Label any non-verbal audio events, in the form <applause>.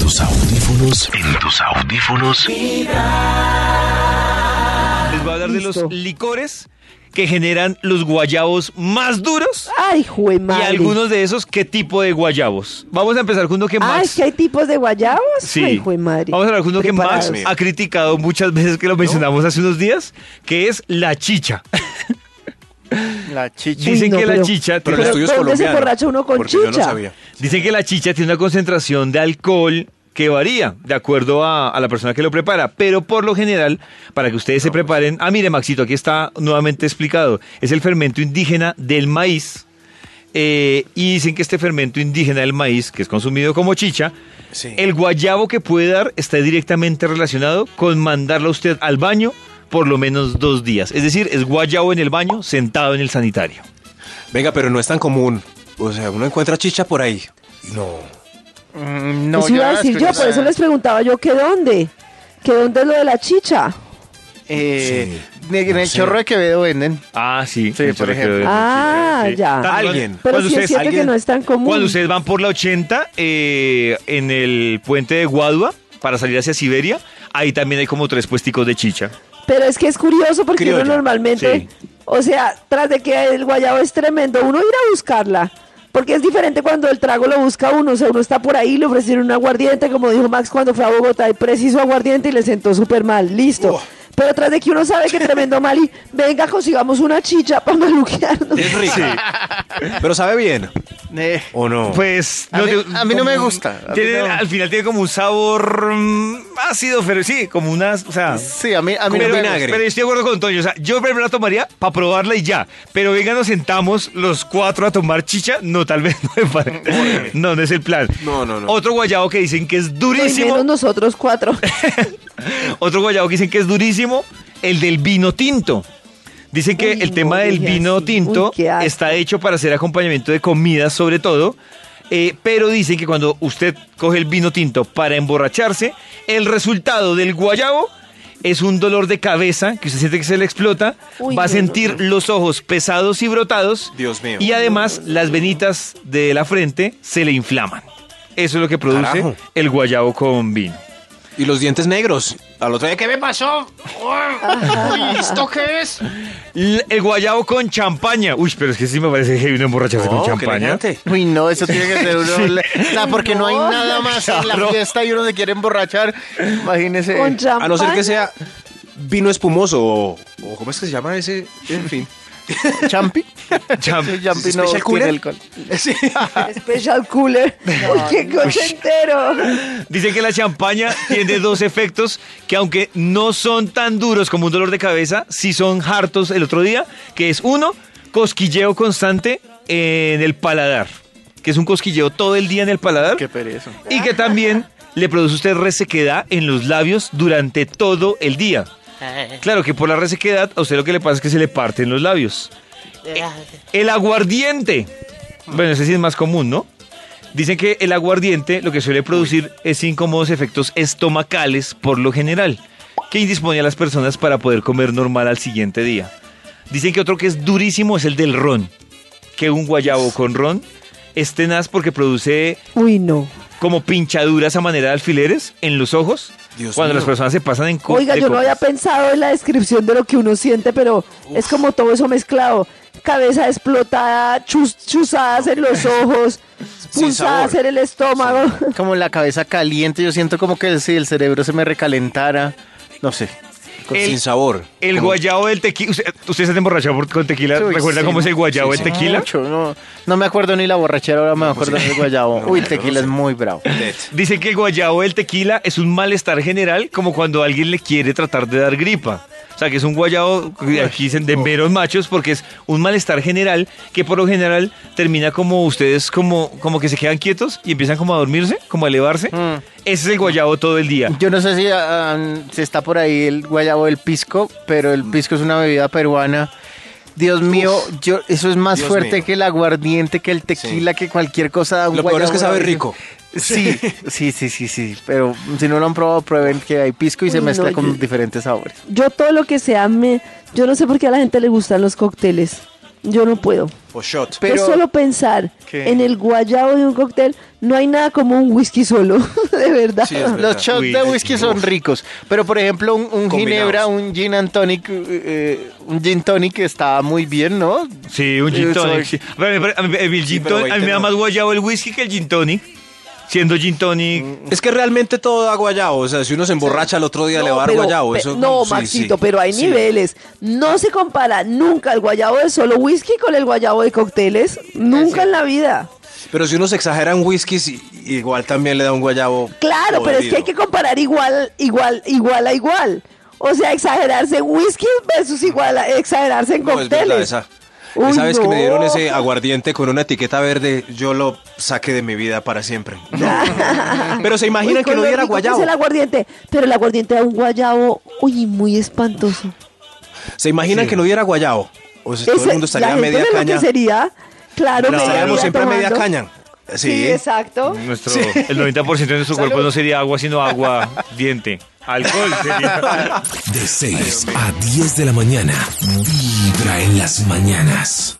tus audífonos. En tus audífonos. Les voy a hablar de Listo. los licores que generan los guayabos más duros Ay, jue y madre. algunos de esos, ¿qué tipo de guayabos? Vamos a empezar con uno que Ay, Max... que hay tipos de guayabos. Ay, jue madre. Vamos a hablar con uno que Max Preparados. ha criticado muchas veces que lo mencionamos hace unos días, que es la chicha. La chicha. Dicen no, que la pero- chicha Pero tiene una- el estudio es ¿dónde se colombiano, emborracha uno con porque yo no chicha? sabía. Dicen que la chicha tiene una concentración de alcohol que varía de acuerdo a, a la persona que lo prepara, pero por lo general, para que ustedes se preparen, ah, mire Maxito, aquí está nuevamente explicado, es el fermento indígena del maíz, eh, y dicen que este fermento indígena del maíz, que es consumido como chicha, Sí. el guayabo que puede dar está directamente relacionado con mandarlo a usted al baño por lo menos dos días, es decir, es guayabo en el baño, sentado en el sanitario. Venga, pero no es tan común. O sea, uno encuentra chicha por ahí. No. Mm, No, eso iba a decir yo, por eso les preguntaba yo que dónde. Que dónde es lo de la chicha. Eh, Sí, En no el sé. chorro de Quevedo venden. Ah, sí. Sí, el por chorro que ejemplo. doy. Ah, Sí. ya. Tan- Alguien. Pero cuando sí es ustedes- cierto que alguien- no es tan común. Cuando ustedes van por la 80 eh, en el puente de Guadua para salir hacia Siberia, ahí también hay como tres puesticos de chicha. Pero es que es curioso porque uno Criolla, normalmente, o sea, tras de que el guayabo es tremendo, uno ir a buscarla. Porque es diferente cuando el trago lo busca uno, o sea, uno está por ahí, le ofrecieron un aguardiente, como dijo Max cuando fue a Bogotá, y preciso aguardiente y le sentó súper mal, listo. Pero tras de que uno sabe que tremendo mal y venga, consigamos una chicha para <laughs> maluquearnos. Es rico. Pero sabe bien. Eh, ¿O no? Pues A mí- te- a mí no como me un- gusta. A mí tiene- no. Al final tiene como un sabor mm, ácido, pero sí, como unas, o sea. sí, a mí, a mí no pero, me vinagre. pero yo estoy de acuerdo con Toño, o sea, yo primero la tomaría para probarla y ya. Pero venga, nos sentamos los cuatro a tomar chicha. No, tal vez <laughs> no me parece. No, no es el plan. No, no, no. Otro guayabo que dicen que es Y durísimo. menos nosotros cuatro. <laughs> Otro guayabo que dicen que es durísimo, el del vino tinto. Dicen que Uy, el no, tema del dije vino así. tinto Uy, qué asco. está hecho para hacer acompañamiento de comidas sobre todo, eh, pero dicen que cuando usted coge el vino tinto para emborracharse, el resultado del guayabo es un dolor de cabeza que usted siente que se le explota, Uy, va a no, sentir no, los ojos pesados y brotados Dios mío. y además las venitas de la frente se le inflaman. Eso es lo que produce Carajo. el guayabo con vino. Y los dientes negros. Al otro día, ¿qué me pasó? Uy, ¿Esto qué es? L- El guayabo con champaña. Uy, pero es que sí me parece heavy no emborracharse Oh, con qué champaña. elegante. Uy, no, eso tiene que ser uno. la- la- porque no, hay No, nada más en la fiesta y uno se quiere emborrachar. Imagínese. Con A no ser champaña. que sea vino espumoso o, o ¿cómo es que se llama ese? En fin. ¿Champi? Champ- Sí, champi no ¿Special tiene cooler? alcohol. Sí. Special <laughs> cooler. Uy, qué coche entero. Dicen que la champaña tiene dos efectos que aunque no son tan duros como un dolor de cabeza, sí son hartos el otro día, que es uno, cosquilleo constante en el paladar, que es un cosquilleo todo el día en el paladar Qué pereza. y que también le produce a usted resequedad en los labios durante todo el día. Claro que por la resequedad a usted lo que le pasa es que se le parten los labios. El aguardiente. Bueno, ese sí es más común, ¿no? Dicen que el aguardiente lo que suele producir es incómodos efectos estomacales por lo general, que indispone a las personas para poder comer normal al siguiente día. Dicen que otro que es durísimo es el del ron, que un guayabo con ron es tenaz porque produce Uy, no. como pinchaduras a manera de alfileres en los ojos Dios cuando mío. las personas se pasan en co- Oiga, de yo no copas. había pensado en la descripción de lo que uno siente, pero es como todo eso mezclado. Cabeza explotada, chus- chuzadas en los <laughs> ojos, pulsadas sabor. en el estómago. Como la cabeza caliente, yo siento como que si el cerebro se me recalentara. No sé. Con- El- Sin sabor. El Como- guayabo del tequila. ¿Usted, usted se ha emborrachado por- con tequila? Uy, ¿Recuerda sí, cómo es no. el guayabo Sí, del tequila? Mucho, no, no me acuerdo ni la borrachera, ahora me acuerdo pues del guayabo. <laughs> Uy, no, tequila es muy bravo. Dead. Dice que el guayabo del tequila es un malestar general, como cuando alguien le quiere tratar de dar gripa. O sea, que es un guayabo, que aquí dicen de meros machos, porque es un malestar general que por lo general termina como ustedes, como, como que se quedan quietos y empiezan como a dormirse, como a elevarse. Mm. Ese es el guayabo todo el día. Yo no sé si, ah, si está por ahí el guayabo del pisco, pero Mm. el pisco es una bebida peruana. Dios mío, yo, eso es más Dios fuerte mío. que el aguardiente, que el tequila, que cualquier cosa. da un Lo peor es guayabo que sabe ahí. rico. <laughs> Sí, sí, sí, sí, sí. Pero si no lo han probado, prueben que hay pisco y se Uy, mezcla no, con <laughs> yo- diferentes sabores. Yo todo lo que sea, me, yo no sé por qué a la gente le gustan los cócteles. Yo no puedo. O shot. Pero Pero- solo pensar ¿Qué? en el guayabo de un cóctel, no hay nada como un whisky solo, <laughs> de verdad. Sí, es verdad. <laughs> Los shots Uy, de sí, whisky son uf. ricos, pero por ejemplo un, un ginebra, un gin and tonic, eh, un gin tonic está muy bien, ¿no? Eh, Sí, un gin Yo tonic. sí. soy- A ver, pero a mí- el gin pero tonic- a mí me da veinte no. más guayabo el whisky que el gin tonic. Siendo gin tonic. Es que realmente todo da guayabo. O sea, si uno se emborracha al otro día le va a dar pero- guayabo. pe- Eso, no, sí, Maxito, sí. pero hay Sí. niveles. No se compara nunca el guayabo de solo whisky con el guayabo de cócteles. Nunca en la vida. Pero si uno se exagera en whiskies, i- igual también le da un guayabo. Claro, pero es que hay que podrido. comparar igual, igual, igual a igual. O sea, exagerarse en whisky versus igual a- exagerarse en No, es verdad, cócteles. esa. Uy, esa vez que me dieron no. ese ah, aguardiente con una etiqueta verde, yo lo saqué de mi vida para <laughs> siempre. Pero se imaginan Uy, que con no lo diera rico que es guayabo. el aguardiente, pero el aguardiente da un guayabo, uy, muy espantoso. Se imaginan que no diera guayabo. O sea, Pues todo Ese- el mundo estaría la a gente media de lo que caña. sería, claro, media Estaríamos vida siempre a media tomando. caña. Sí, Mm. Sí, exacto. Nuestro, El 90% de nuestro cuerpo no sería agua, sino agua, diente. Alcohol sería. De 6 a 10 de la mañana. Vibra en las mañanas.